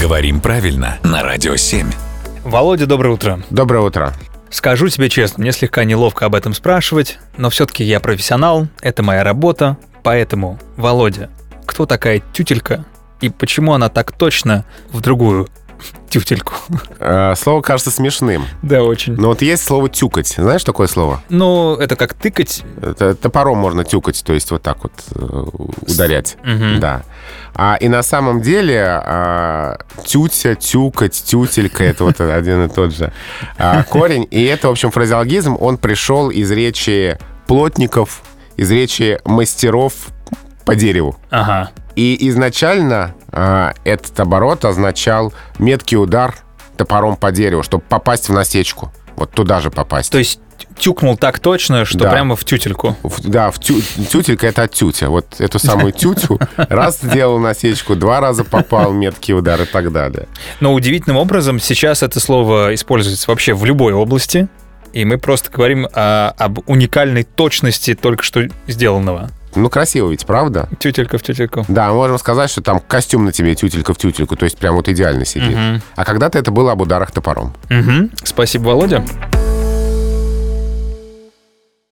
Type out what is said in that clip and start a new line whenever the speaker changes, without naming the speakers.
Говорим правильно на Радио 7.
Володя, доброе утро.
Доброе утро.
Скажу тебе честно, мне слегка неловко об этом спрашивать, но все-таки я профессионал, это моя работа, поэтому, Володя, кто такая тютелька и почему она так точно в другую тютельку?
Э, Слово кажется смешным,
Да, очень.
но вот есть слово «тюкать». Знаешь такое слово?
Ну, это как тыкать.
Это топором можно тюкать, то есть вот так вот э, ударять.
Мгм.
Да. А, и на самом деле а, тютя, тюкать, тютелька — это вот один и тот же а, корень. И это, в общем, фразеологизм, он пришел из речи плотников, из речи мастеров по дереву.
Ага.
И изначально а, этот оборот означал меткий удар топором по дереву, чтобы попасть в насечку. Вот туда же попасть.
То есть тюкнул так точно, что
Да.
прямо в тютельку.
В- да, в тю- тютелька это от тютя. Вот эту самую тютю раз сделал насечку, два раза попал меткий удар и так далее.
Но удивительным образом сейчас это слово используется вообще в любой области, и мы просто говорим о- об уникальной точности только что сделанного.
Ну, красиво ведь, правда?
Тютелька в тютельку.
Да, мы можем сказать, что там костюм на тебе тютелька в тютельку, то есть прям вот идеально сидит. А когда-то это было об ударах топором.
Мгм. Спасибо, Володя.